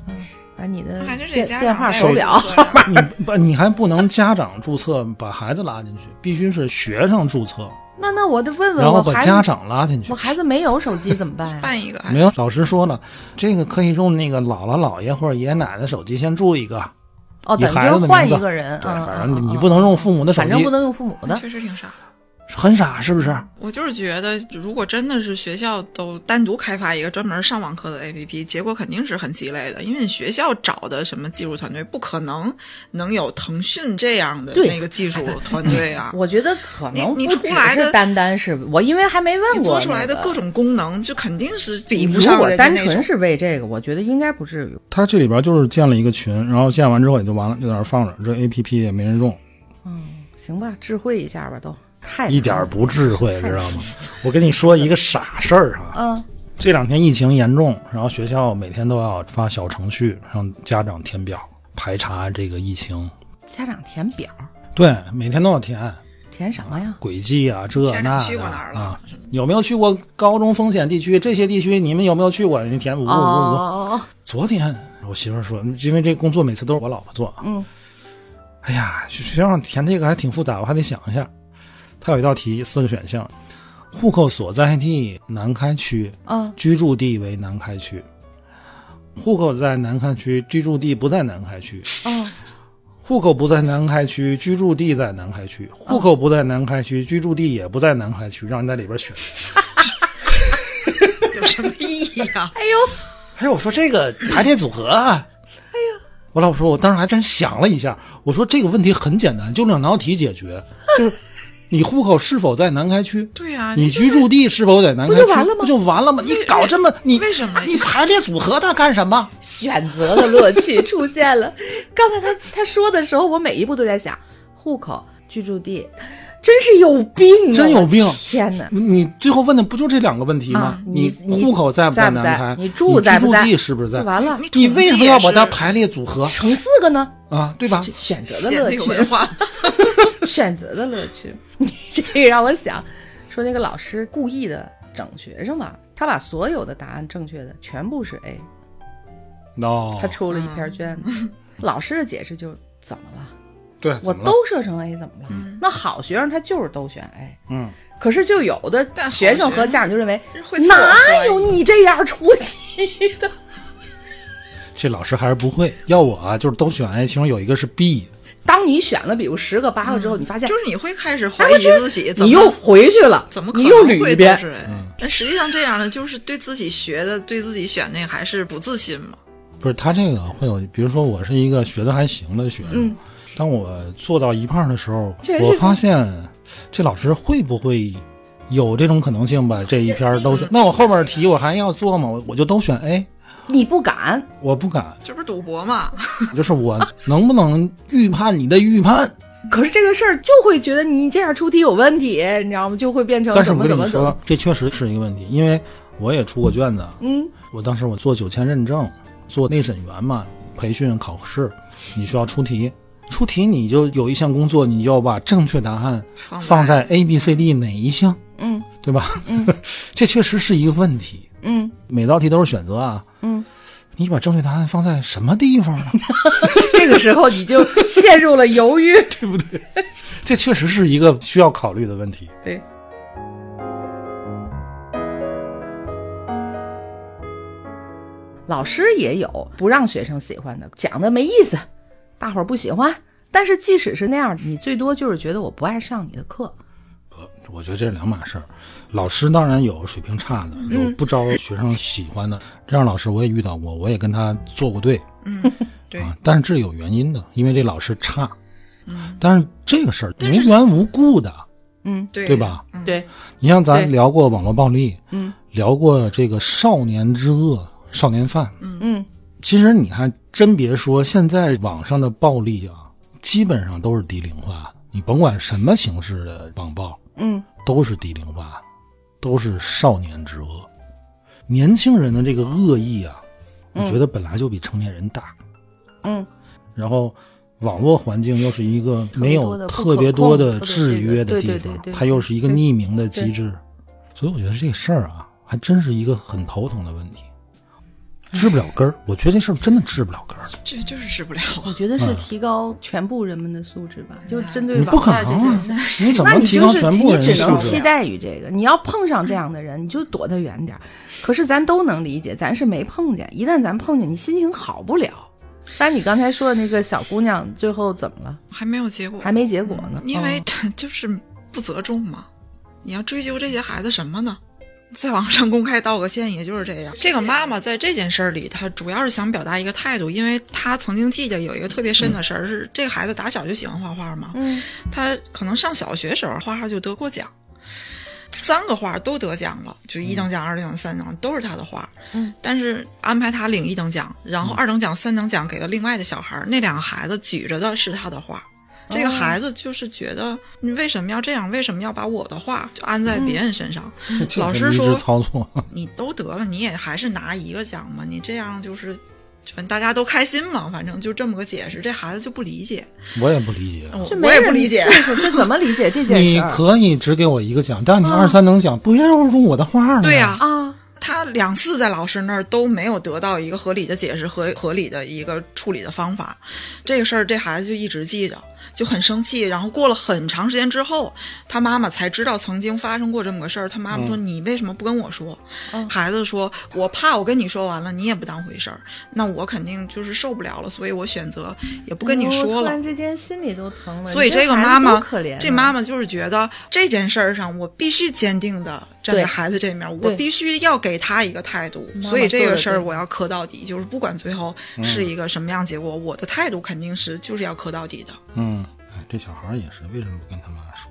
D: 把你的
B: 我感觉这
D: 嗯电
B: 家
D: 电话、
B: 长
D: 手
B: 带
D: 表
B: 有这个 作用
A: 你不，你还不能家长注册把孩子拉进去，必须是学生注册，
D: 那那我得问问
A: 然后
D: 我
A: 把
D: 孩
A: 家
D: 子，
A: 长拉进去
D: 我。孩子没有手机怎么办呀？
B: 办一个还
A: 没有，老师说了，这个可以用那个姥姥姥爷或者爷爷奶奶手机先注一个，
D: 哦，
A: 以
D: 等于
A: 孩
D: 就
A: 子
D: 是
A: 的
D: 换
A: 名字。
D: 一个人，
A: 对，
D: 嗯，
A: 反
D: 嗯
A: 正你
D: 嗯
A: 不能用父母的手
D: 反正
A: 机
D: 不，能用父母的，
B: 确实挺傻的。
A: 很傻是不是？
B: 我就是觉得，如果真的是学校都单独开发一个专门上网课的 APP，结果肯定是很鸡肋的，因为你学校找的什么技术团队，不可能能有腾讯这样的
D: 对
B: 那个技 术团队啊。
D: 我觉得可能
B: 你
D: 不
B: 你
D: 只
B: 出来的
D: 是单单是我，因为还没问
B: 你做
D: 过
B: 出来的
D: 那个
B: 各种功能，就肯定是比不
D: 如
B: 上
D: 果
B: 人家
D: 单
B: 那
D: 纯
B: 种。
D: 是为这个，我觉得应该不至于。
A: 他这里边就是建了一个群，然后建完之后也就完了，就在那儿放着，这 A P P 也没人用，
D: 嗯，行吧，智慧一下吧，都太
A: 一点儿不智慧，知道吗？我跟你说一个傻事儿啊，
D: 嗯，
A: 这两天疫情严重，然后学校每天都要发小程序让家长填表排查这个疫情，
D: 家长填表
A: 对，每天都要填
D: 填什么呀？
A: 轨迹啊，这
B: 家
A: 那
B: 长去
A: 的
B: 过哪儿了
A: 啊，有没有去过高中风险地区？这些地区你们有没有去过？你填五五五五。
D: 哦哦哦，
A: 昨天我媳妇儿说，因为这工作每次都是我老婆做，
D: 嗯，
A: 哎呀，学校填这个还挺复杂，我还得想一下。它有一道题，四个选项：户口所在地南开区，
D: 嗯，
A: 居住地为南开区；户口在南开区，居住地不在南开区；
D: 哦
A: 户口不在南开区，居住地在南开区；户口不在南开区，居住地也不在南开区，让你在里边选。
B: 有什么意义啊？
A: 哎，我说这个排列组合啊，哎呀，我老婆说，我当时还真想了一下，我说这个问题很简单，就两道题解 决，就是你户口是否在南开区，
B: 对呀、
D: 啊
A: 你
B: 就
A: 居住地是否在南开区，
D: 不就完了吗
A: 不就完了吗？你搞这么你
B: 为什么
A: 你排列组合它干什么？
D: 选择的乐 趣出现了。刚才他他说的时候，我每一步都在想户口、居住地，真是有病、啊，
A: 真有病
D: 我的天哪！
A: 你你最后问的不就这两个问题吗
D: 啊？
A: 你
D: 你
A: 户口在不
D: 在不
A: 南
D: 在
A: 开？
D: 你
A: 你
D: 住在不
A: 居
D: 在
A: 住地是不是在
D: 就？完了，
B: 你
A: 你
B: 统计
A: 为什么要把它
B: 也是
A: 排列组合
D: 乘四个呢？
A: 啊？对吧？
D: 选择
B: 显
D: 的乐
B: 得有文
D: 趣，
B: 化？
D: 选择的乐趣。你这个让我想，说那个老师故意的整学生吧，他把所有的答案正确的全部是 A，
A: 哦
D: 他，出了
B: 嗯
D: 一篇卷 子。老师的解释就是怎么了？
A: 对，
D: 我
A: 怎么了
D: 都设成 A 怎么了？
B: 嗯
D: 那好学生他就是都选 A，
A: 嗯，
D: 可是就有的
B: 但好
D: 学生
B: 学
D: 和
B: 生
D: 家长就认为
B: 会自我
D: 哪
B: 怀疑
D: 有你这样出题的？
A: 这老师还是不会。要我啊，就是都选 A，其中有一个是 B，
D: 当你选了比如十个八个之后，你发现
B: 嗯就是你会开始怀
D: 哎
B: 疑
D: 我觉得
B: 自己，怎
D: 你
B: 么
D: 又回去了，
B: 怎么可
D: 你又
B: 能
D: 捋
B: 会
D: 一
B: 都
D: 遍？嗯
B: 是人？但实际上这样的就是对自己学的、对自己选那个还是不自信嘛。
A: 不是，他这个会有，比如说我是一个学的还行的学生，当我做到一半儿的时候
D: 嗯确，实
A: 我
D: 是
A: 发现这老师会不会有这种可能性吧？这一篇儿都选，那我后面儿题我还要做吗？我我就都选 A，
D: 你不敢，
A: 我不敢，
B: 这不是赌博嘛？
A: 就是我能不能预判你的预判？
D: 可是这个事儿就会觉得你这样出题有问题，你知道吗？就会变成
A: 但是
D: 怎
A: 我
D: 么
A: 跟
D: 怎么
A: 你
D: 怎么
A: 说，，这确实是一个问题，因为我也出过卷子，
D: 嗯，
A: 我当时我做九千认证，做内审员嘛，培训考试，你需要出题，出题你就有一项工作，你就要把正确答案
B: 放
A: 放在 A、B、C、D 哪一项，
D: 嗯，
A: 对吧？嗯，这确实是一个问题。
D: 嗯，
A: 每道题都是选择啊，
D: 嗯，
A: 你把正确答案放在什么地方呢？
D: 这个时候你就陷入了犹豫。
A: 这确实是一个需要考虑的问题。
D: 对，老师也有不让学生喜欢的，讲的没意思，大伙儿不喜欢。但是即使是那样，你最多就是觉得我不爱上你的课。
A: 我觉得这是两码事儿。老师当然有水平差
B: 嗯
A: 的，有不招学生喜欢的，这样老师我也遇到过，我也跟他做过对。
B: 嗯，对。
A: 啊，但是这有原因的，因为这老师差。但是这个事儿
B: 嗯但是
A: 无缘无故的，
D: 嗯，
B: 对
A: 对吧？
B: 嗯，
D: 对，
A: 你像咱
D: 对
A: 聊过网络暴力，
D: 嗯，
A: 聊过这个少年之恶、少年犯，
D: 嗯，
A: 其实你还真别说，现在网上的暴力啊，基本上都是低龄化的。你甭管什么形式的网暴，
D: 嗯，
A: 都是低龄化的。都是少年之恶。年轻人的这个恶意啊，我觉得本来就比成年人大，
D: 嗯，
A: 然后网络环境又是一个没有特
D: 特
A: 别
D: 别
A: 多
D: 多
A: 的
D: 的
A: 制约
D: 不
A: 的
D: 可控特别
A: 地
D: 对对对
A: 方，
D: 对
A: 它又是一个
D: 对
A: 匿名的机制，所以我觉得这事儿啊，还真是一个很头疼的问题，治不了根儿。我觉得这事儿真的治不了根儿，
B: 这就是治不了
D: 我
B: 啊。
D: 觉得是
A: 嗯
D: 提高全部人们的素质
B: 嗯
D: 吧，就针对
A: 你不
D: 网
A: 可
D: 贷这
A: 能
D: 件
A: 啊
D: 事。！
A: 你怎
D: 那
A: 么
D: 你
A: 提
D: 就
A: 高
D: 是
A: 全部
D: 你
A: 人的
D: 只能
A: 素质
D: 期
A: 啊？
D: 待于这个，你要碰上这样的人，你就躲他远点儿。可是咱都能理解，咱是没碰见，一旦咱碰见，你心情好不了。但你刚才说的那个小姑娘最后怎么了？
B: 还没有结果，
D: 还没结果呢，
B: 因为
D: 嗯
B: 就是不择众嘛。你要追究这些孩子什么呢？在网上公开道个歉，也就是这样。这个妈妈在这件事儿里，她主要是想表达一个态度，因为她曾经记得有一个特别深的事儿，是这个孩子打小就喜欢画画嘛，
D: 嗯，
B: 他可能上小学时候画画就得过奖，三个画都得奖了，就一等奖、二等奖、三等奖都是他的画。
D: 嗯，
B: 但是安排他领一等奖，然后二等奖、三等奖给了另外的小孩儿，那两个孩子举着的是他的画。这
D: 哦
B: 个孩子就是觉得你为什么要这样？为什么要把我的画就安
D: 嗯
B: 在别人身上？老师
A: 啊这是迷
B: 说
A: 之操作，
B: 你都得了，你也还是拿一个奖嘛？你这样就是，反正大家都开心嘛，反正就这么个解释，这孩子就不理解。
A: 我也不理解。
B: 我
D: 这
B: 我
D: 没
B: 也
D: 人
B: 不理解
D: 就，是这怎么理解这件
A: 你
D: 事
B: 啊
D: 儿
A: 可以只给我一个奖，但你二三等奖不要入我的画呢。
B: 对呀、
D: 啊？
B: 他两次在老师那儿都没有得到一个合理的解释和合理的一个处理的方法，这个事儿这孩子就一直记着，就很生气。然后过了很长时间之后，他妈妈才知道曾经发生过这么个事儿。他妈妈说：“你为什么不跟我说？”
D: 嗯
B: 孩子说：“我怕我跟你说完了，你也不当回事儿，那我肯定就是受不了了，所以我选择也不跟你
D: 我
B: 说
D: 突
B: 了。
D: 然之间心里都疼了。
B: 所以
D: 你这
B: 这个
D: 孩子
B: 妈妈
D: 多可怜啊，
B: 这妈妈就是觉得这件事儿上，我必须坚定的站在
D: 对
B: 孩子这面，我
D: 对
B: 必须要给他一个态度。
D: 妈妈
B: 所以这
D: 做
B: 个
D: 得
B: 事儿
D: 对
B: 我要磕到底，就是不管最后是一个什么样结果，我的态度肯定是就是要磕到底的。
A: 嗯，哎，这小孩儿也是，为什么不跟他妈说？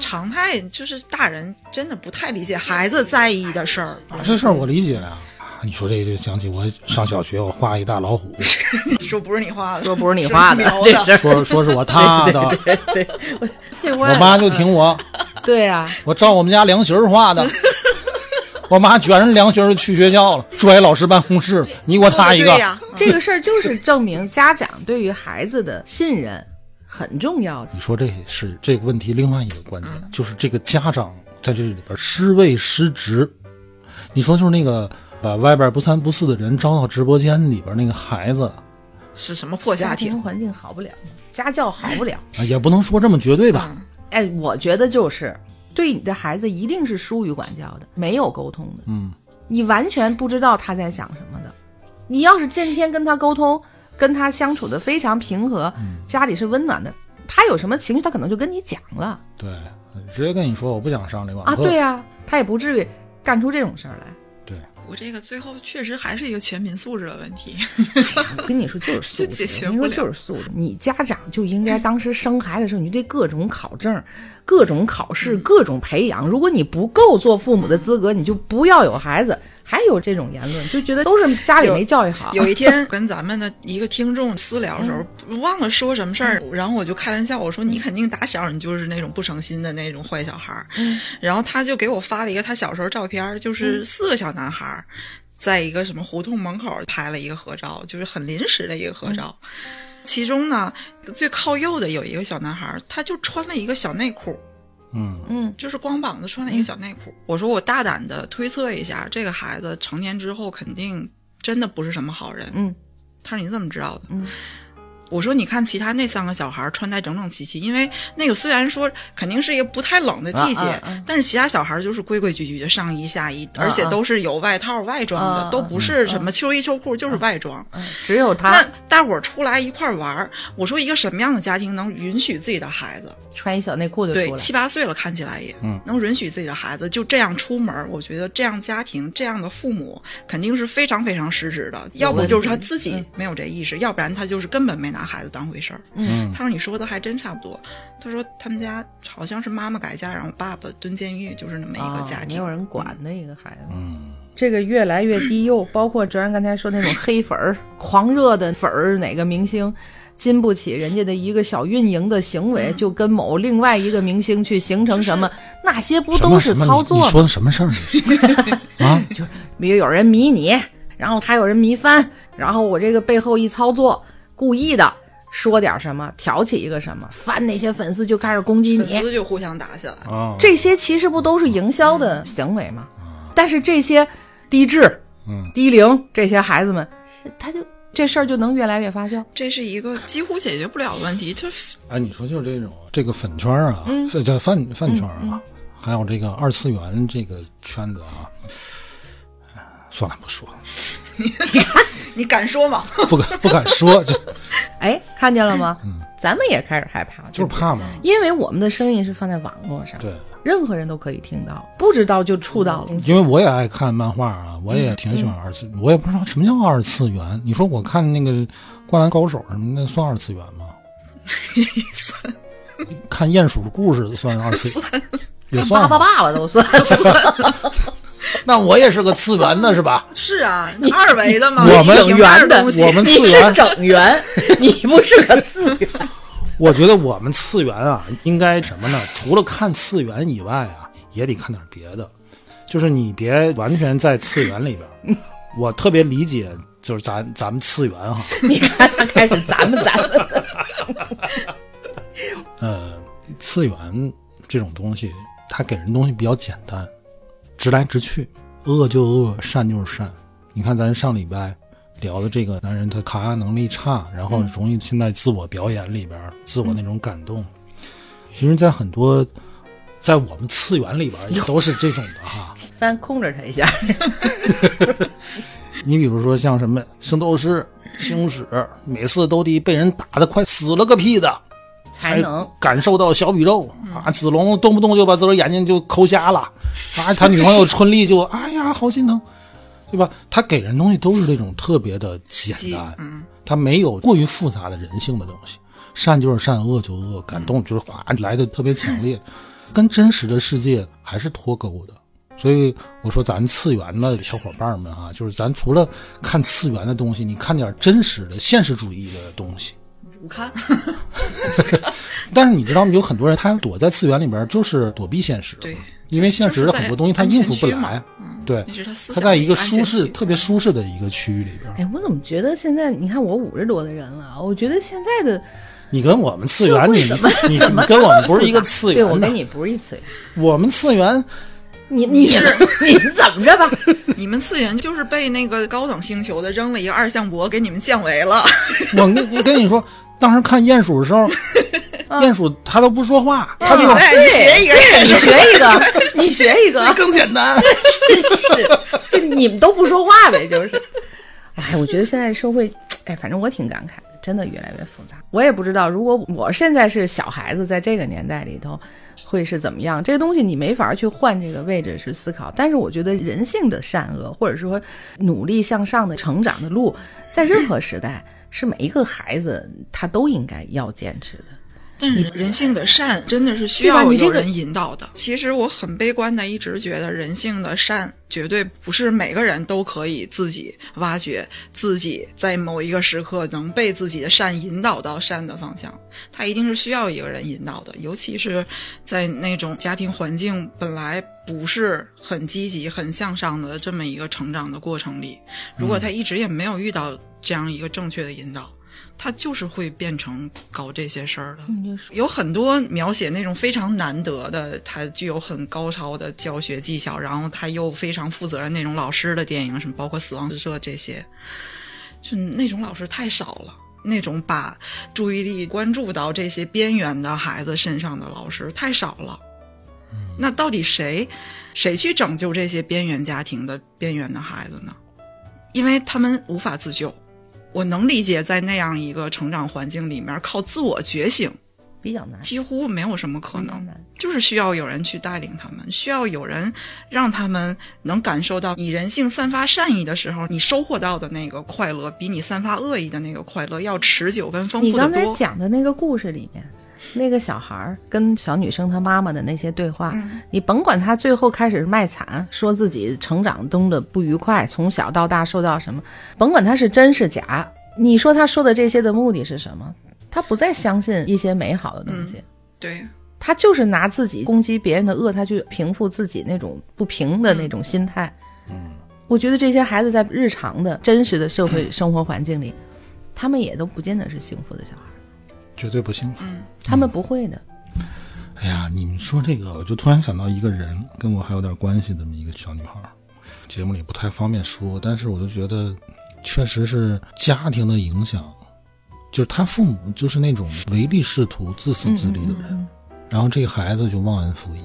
B: 常态就是大人真的不太理解孩子在意的事儿，
A: 啊，这事儿我理解啊。啊你说这个就想起我上小学，我画一大老虎，
B: 说不是你画的，
D: 嗯说不是你画的
B: 是 描
D: 这
B: 的，
D: 是
A: 说说是我 他的，
D: 气
A: 我
D: 坏了
A: 妈就挺我，
D: 对啊，
A: 我照我们家凉席儿画 的。我妈卷着凉席儿去学校了，拽老师办公室，你给我
B: 说
A: 他
B: 的
A: 一
B: 对
A: 个。
B: 呀。
D: 这个事儿就是证明家长对于孩子的信任很重要的。
A: 你说这是这个问题另外一个观点，
D: 嗯
A: 就是这个家长在这里边失位失职。你说就是那个呃外边不三不四的人招到直播间里边那个孩子，
B: 是什么破家庭？
D: 庭环境好不了，家教好不了。
A: 啊也不能说这么绝对吧？
B: 嗯
D: 哎，我觉得就是对你的孩子一定是疏于管教的，没有沟通的，
A: 嗯，
D: 你完全不知道他在想什么的。你要是天天跟他沟通，跟他相处的非常平和，家里是温暖的，他有什么情绪，他可能就跟你讲了
A: 对，直接跟你说我不想上这个网
D: 嗯啊，
A: 课。
D: 对呀、他也不至于干出这种事儿来。
A: 对
B: 我这个最后确实还是一个全民素质的问题。
D: 我跟你说，就是素
B: 这解
D: 质。
B: 决
D: 我跟你
B: 不
D: 说
B: 了
D: 就是素质。你家长就应该当时生孩子的时候，你就得各种考证、各种考试、各种培养。如果你不够做父母的资格，你就不要有孩子。还有这种言论，就觉得都是家里没教育好。
B: 有一天跟咱们的一个听众私聊的时候，忘了说什么事儿，然后我就开玩笑我说你肯定打小你就是那种不诚心的那种坏小孩儿，然后他就给我发了一个他小时候照片儿，就是四个小男孩儿在一个什么胡同门口拍了一个合照，就是很临时的一个合照。其中呢，最靠右的有一个小男孩儿，他就穿了一个小内裤，
A: 嗯，
D: 嗯，
B: 就是光膀子穿了一个小内裤。我说我大胆的推测一下，这个孩子成年之后肯定真的不是什么好人。
D: 嗯，
B: 他说你怎么知道的？
D: 嗯
B: 我说你看其他那三个小孩儿穿戴整整齐齐，因为那个虽然说肯定是一个不太冷的季节，
D: 啊啊啊
B: 但是其他小孩儿就是规规矩矩的上衣下衣，
D: 啊
B: 而且都是有外套外装的，
D: 啊啊
B: 都不是什么秋衣秋裤，就是外装。
D: 嗯只有他
B: 那大伙儿出来一块儿玩儿，我说一个什么样的家庭能允许自己的孩子
D: 穿一小内裤就
B: 对
D: 出来。
B: 七八岁了，看起来也、
A: 嗯
B: 能允许自己的孩子就这样出门儿，我觉得这样家庭这样的父母肯定是非常非常失职的，要不就是他自己没有这意识，要不然他就是根本没拿孩子当回事儿。
D: 嗯
B: 他说你说的还真差不多，他说他们家好像是妈妈改嫁，然后爸爸蹲监狱，就是那么一个家
D: 啊、没
B: 庭。
D: 有人管的一个孩子。
A: 嗯，
D: 这个越 来越低幼，包括哲然刚才说那种黑粉儿、狂热的粉儿，哪个明星，经不起人家的一个小运营的行为，
B: 嗯
D: 就跟某另外一个明星去形成什么，那些不
A: 什
D: 都
A: 么
D: 是
A: 什么
D: 操
A: 你
D: 作
A: 你
D: 吗？
A: 说的什么事儿？ 你啊，
D: 比如有人迷你，然后还有人迷翻，然后我这个背后一操作，故意的说点什么，挑起一个什么，翻那些粉丝就开始攻击
B: 粉
D: 你，
B: 丝就互相打起来。
A: 啊，
D: 这些其实不都是营销的行为吗？但是这些低智、
A: 嗯
D: 低龄这些孩子们，他就这事儿就能越来越发酵。
B: 这是一个几乎解决不了的问题，这
A: 哎，你说就是这种这个粉圈儿啊，
D: 嗯
A: 这叫饭饭圈儿啊，还有这个二次元这个圈子啊，哎算了，不说，了，
B: 你敢说吗？
A: 不敢不敢说，就
D: 哎，看见了吗？咱们也开始害怕了，
A: 嗯就是怕嘛。
D: 因为我们的声音是放在网络上，
A: 对，嗯
D: 任何人都可以听到，不知道就触到了。
A: 因为我也爱看漫画啊，我也挺喜欢二次，我也不知道什么叫二次元。你说我看那个《灌篮高手》什么的，算二次元吗？看鼹鼠故事算二次元，也算
D: 爸
A: 啊。
D: 爸爸爸都算，
A: 那我也是个次元的是吧？
B: 是啊，你二维的嘛，
A: 我们
B: 平面
D: 整圆的，
B: 东西
A: 我们次
D: 你
A: 元
D: 是整圆， 你不是个次元。
A: 我觉得我们次元啊，应该什么呢？除了看次元以外啊，也得看点别的。就是你别完全在次元里边儿。我特别理解，就是咱咱们次元哈，
D: 你看，开始咱们咱们。
A: 呃，次元这种东西，它给人东西比较简单，直来直去，恶就恶，善就是善。你看咱上礼拜聊的这个男人，他抗压能力差，然后容易现在自我表演里边儿，自我那种感动。其实，在很多在我们次元里边儿也都是这种的哈。
D: 翻控制他一下，
A: 你比如说像什么圣斗士星矢，每次都得被人打的快死了个屁的，
D: 才能嗯
A: 感受到小宇宙啊！子龙动不动就把自个儿眼睛就抠瞎 了，啊，他女朋友春丽就哎呀好心疼，对吧？他给人东西都是那种特别的简
B: 鸡
A: 单，
B: 嗯，
A: 他没有过于复杂的人性的东西，善就是善，恶就是恶，感动就是哗来的特别强 烈，跟真实的世界还是脱钩的。所以我说，咱次元的小伙伴们啊，就是咱除了看次元的东西，你看点真实的现实主义的东西。
B: 不看，
A: 但是你知道吗？有很多人他躲在次元里边，就是躲避现实，
B: 对，
A: 因为现实的很多东西他应付不
B: 就是在安全
A: 来
B: 区，嗯
A: 对
B: 那是他思，
A: 他
B: 想
A: 在一个
B: 的安全
A: 舒适、
B: 区
A: 特别舒适的一个区域里边。
D: 哎，我怎么觉得现在你看我五十多的人了，我觉得现在的
A: 你跟我们次元，
D: 社
A: 你
D: 会怎么
A: 你你跟我们不是一个次
D: 对我
A: 元的
D: 跟，你不是一次元，
A: 我们次元
D: 你你是 你怎么着吧？
B: 你们次元就是被那个高等星球的扔了一个二向箔给你们降维了，
A: 我跟跟你说，当时看鼹鼠的时 候，鼹鼠它都不说话，它就
B: 哎，你学一个也
D: 你
B: 是，
D: 学一 个，你学一个，
A: 更简单。
D: 真是，就你们都不说话呗，就是。哎，我觉得现在社会，哎，反正我挺感慨的，真的越来越复杂。我也不知道，如果我现在是小孩子，在这个年代里头，会是怎么样？这个东西你没法去换这个位置去思考。但是我觉得人性的善恶，或者说努力向上的成长的路，在任何时代，是每一个孩子他都应该要坚持的。
B: 但是人性的善真的是需
D: 对吧
B: 要
D: 你这
B: 有
D: 个
B: 人引导的。其实我很悲观的，一直觉得人性的善绝对不是每个人都可以自己挖掘，自己在某一个时刻能被自己的善引导到善的方向。它一定是需要一个人引导的，尤其是在那种家庭环境本来不是很积极、很向上的这么一个成长的过程里，
D: 嗯
B: 如果他一直也没有遇到这样一个正确的引导。他就是会变成搞这些事儿的，
D: 你就说
B: 有很多描写那种非常难得的，他具有很高超的教学技巧，然后他又非常负责任那种老师的电影，什么包括《死亡之社》这些，就那种老师太少了。那种把注意力关注到这些边缘的孩子身上的老师太少了。那到底谁谁去拯救这些边缘家庭的边缘的孩子呢？因为他们无法自救。我能理解，在那样一个成长环境里面，靠自我觉醒
D: 比较难，
B: 几乎没有什么可
D: 比较
B: 能，
D: 难。
B: 就是需要有人去带领他们，需要有人让他们能感受到你人性散发善意的时候，你收获到的那个快乐，比你散发恶意的那个快乐要持久跟丰
D: 你
B: 富的
D: 刚才
B: 多。
D: 讲的那个故事里面，那个小孩儿跟小女生她妈妈的那些对话，你甭管他最后开始卖惨，说自己成长中的不愉快，从小到大受到什么，甭管他是真是假，你说他说的这些的目的是什么？他不再相信一些美好的东西，
B: 对，
D: 他就是拿自己攻击别人的恶，他去平复自己那种不平的那种心态。嗯，我觉得这些孩子在日常的真实的社会生活环境里，他们也都不见得是幸福的小孩，
A: 绝对不幸福。
D: 他们不会的。
A: 哎呀，你们说这个，我就突然想到一个人，跟我还有点关系的这么一个小女孩儿，节目里不太方便说，但是我就觉得，确实是家庭的影响，就是他父母就是那种唯利是图、自私自利的
B: 嗯
A: 人，然后这个孩子就忘恩负义。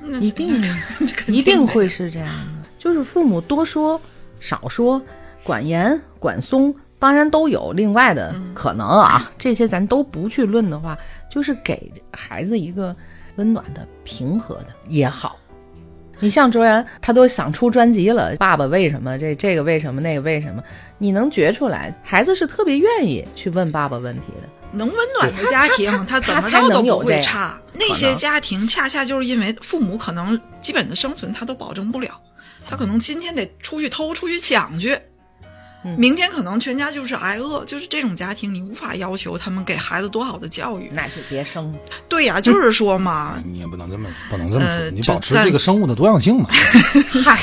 B: 那
D: 一定
B: 那肯定
D: 一定会是这样的。嗯 就是父母多说少说，管严管松，当然都有另外的可能啊。这些咱都不去论的话，就是给孩子一个温暖的、平和的也好。你像卓然，他都想出专辑了，爸爸为什么这这个为什么那个为什么？你能觉出来，孩子是特别愿意去问爸爸问题的。
B: 能温暖的家庭，他
D: 他
B: 怎么
D: 他才
B: 着都
D: 能有
B: 不会
D: 这
B: 差。那些家庭恰恰就是因为父母可能基本的生存他都保证不了，他可能今天得出去偷、出去抢去，
D: 嗯
B: 明天可能全家就是挨饿。就是这种家庭，你无法要求他们给孩子多好的教育。
D: 那就别生了。
B: 对呀、就是说嘛，
A: 啊
D: 嗯
A: 你也不能这么不能这么说，
B: 呃
A: 你
B: 就
A: 保持
B: 但
A: 这个生物的多样性 嘛。
D: 嗨，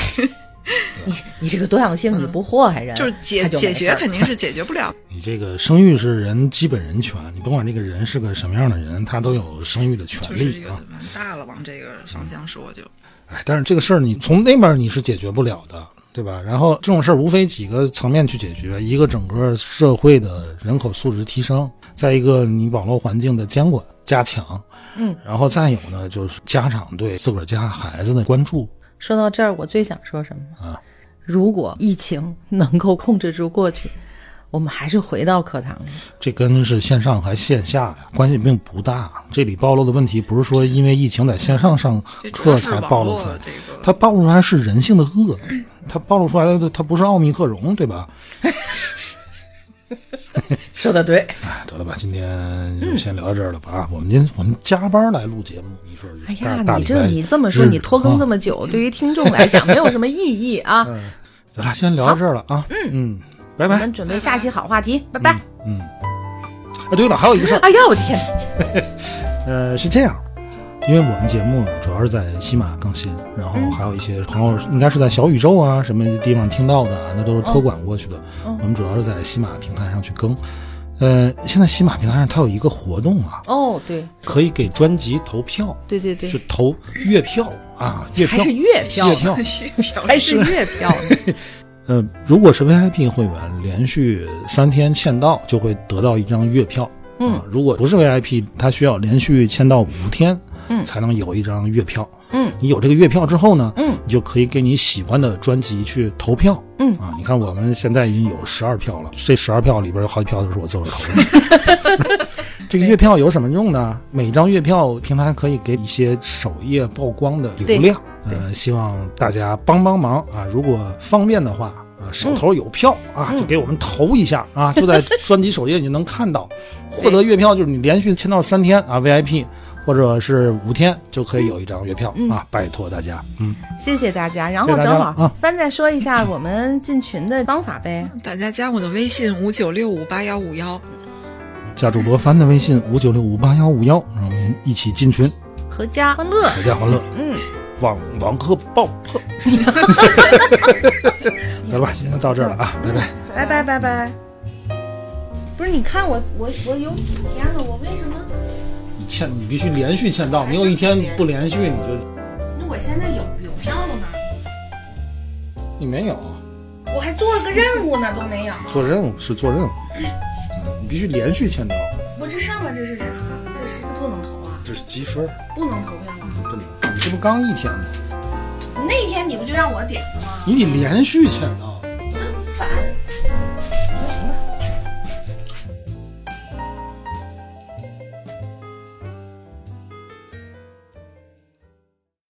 D: 你你这个多样性，你不祸害人，
B: 就是解
D: 他 就没
B: 解
D: 事
B: 决
D: 儿
B: 肯定是解决不 了。
A: 你这个生育是人基本人权，你甭管这个人是个什么样的人，他都有生育的权
B: 就是这
A: 利
B: 个
A: 啊。
B: 往大了往这个方向说就，
A: 哎，但是这个事儿你从那边你是解决不了的，对吧？然后这种事儿无非几个层面去解决，一个整个社会的人口素质提升，再一个你网络环境的监管加强，
D: 嗯，
A: 然后再有呢就是家长对自个儿家孩子的关注，
D: 说到这儿，我最想说什么
A: 啊？
D: 如果疫情能够控制住过去，我们还是回到课堂里。
A: 这跟是线上还线下呀关系并不大。这里暴露的问题不是说因为疫情在线上上
B: 这主
A: 课
B: 要是
A: 才暴
B: 网
A: 露出
B: 络
A: 来，
B: 这个
A: 它暴露出来是人性的恶，它暴露出来的它不是奥密克戎，对吧？
D: 说的对，
A: 哎，得了吧，今天
D: 嗯
A: 就先聊到这儿了吧啊！我们今我们加班来录节目，你说
D: 哎
A: 大
D: 呀，
A: 大
D: 你
A: 礼
D: 这
A: 拜
D: 你这么说，
A: 日
D: 你拖更这
A: 啊
D: 么久，对于听众来讲没有什么意义啊。
A: 嗯得了，先聊到这儿了啊！嗯嗯，拜
D: 我
A: 拜。
D: 们准备下期好话题，拜拜。
A: 嗯，哎，对了，还有一个事儿，
D: 哎呦我天，嗯
A: 呃，是这样，因为我们节目主要是在喜马更新，然后
D: 嗯
A: 还有一些朋友应该是在小宇宙啊什么地方听到的啊，那都是托管过去的。
D: 哦
A: 我们主要是在喜马平台上去更。呃，现在喜马平台上它有一个活动啊，
D: 哦对
A: 可以给专辑投票，
D: 对对对
A: 就，投月票啊，月
D: 还
A: 票
D: 是。月票
A: 月
D: 呢，
A: 票，
D: 还是月票 呢，
A: 呃，如果是 VIP 会员，连续三天签到就会得到一张月票。
D: 嗯
A: 啊如果不是 VIP，他需要连续签到五天，
D: 嗯
A: 才能有一张月票。
D: 嗯，
A: 你有这个月票之后呢，
D: 嗯，
A: 你就可以给你喜欢的专辑去投票。
D: 嗯
A: 啊，你看我们现在已经有十二票了，这十二票里边有好几票都是我自个儿投的。 这个月票有什么用呢？每张月票平台可以给一些首页曝光的流量。呃，希望大家帮帮忙啊！如果方便的话啊，手头有票、
D: 嗯
A: 啊，就给我们投一下啊，就在专辑首页你就能看 到。获得月票就是你连续签到三天啊，VIP 或者是五天就可以有一张月票、啊，拜托大家。嗯，
D: 谢谢大家。然
A: 谢
D: 后
A: 谢大
D: 正
A: 家了
D: 好
A: 啊
D: 帆再说一下我们进群的方法呗。
B: 大家加我的微信五九六五八幺五幺，
A: 加主播帆的微信五九六五八幺五幺，让我们一起进群，
D: 阖家欢乐，
A: 大家欢乐，
D: 嗯，
A: 网网课爆破。得了吧，今天就到这儿了啊，拜拜。
D: 拜拜拜拜。不是，你看我我我有几天了，我为什么？
A: 你欠你必须连续签到，没有一天不连续你就
D: 那我现在有有票了吗？
A: 你没有。
D: 我还做了个任务呢，都没有。
A: 做任务是做任务，嗯你必须连续签到，
D: 我这上面这是啥？这是不能投啊，
A: 这是积分，
D: 不能投票啊。
A: 不能。你这不刚一天吗？
D: 那天你不就让我点了吗？
A: 你得连续签到。
D: 真烦。